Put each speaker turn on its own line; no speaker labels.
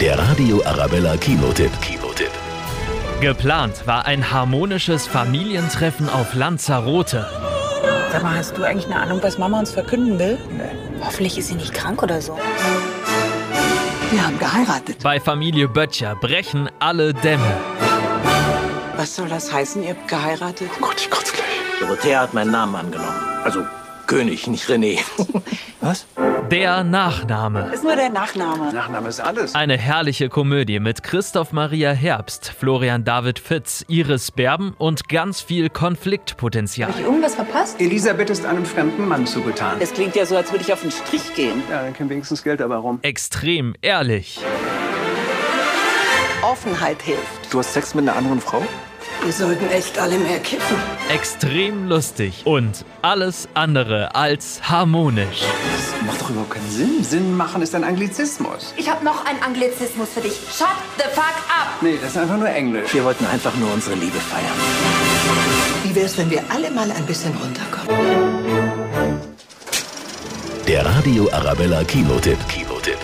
Der Radio Arabella Kinotipp. Kinotipp.
Geplant war ein harmonisches Familientreffen auf Lanzarote.
Sag mal, hast du eigentlich eine Ahnung, was Mama uns verkünden will?
Hoffentlich ist sie nicht krank oder so.
Wir haben geheiratet.
Bei Familie Böttcher brechen alle Dämme.
Was soll das heißen, ihr habt geheiratet?
Gott, ich kotze gleich.
Dorothea hat meinen Namen angenommen. Also König, nicht René.
Was?
Der Nachname.
Ist nur der Nachname.
Nachname ist alles.
Eine herrliche Komödie mit Christoph Maria Herbst, Florian David Fitz, Iris Berben und ganz viel Konfliktpotenzial.
Hab ich irgendwas verpasst?
Elisabeth ist einem fremden Mann zugetan.
Das klingt ja so, als würde ich auf den Strich gehen.
Ja, dann käme wenigstens Geld dabei rum.
Extrem ehrlich.
Offenheit hilft.
Du hast Sex mit einer anderen Frau?
Wir sollten echt alle mehr kiffen.
Extrem lustig und alles andere als harmonisch.
Das macht doch überhaupt keinen Sinn. Sinn machen ist ein Anglizismus.
Ich habe noch einen Anglizismus für dich. Shut the fuck up!
Nee, das ist einfach nur Englisch.
Wir wollten einfach nur unsere Liebe feiern.
Wie wäre es, wenn wir alle mal ein bisschen runterkommen?
Der Radio Arabella Kinotipp. Kinotipp.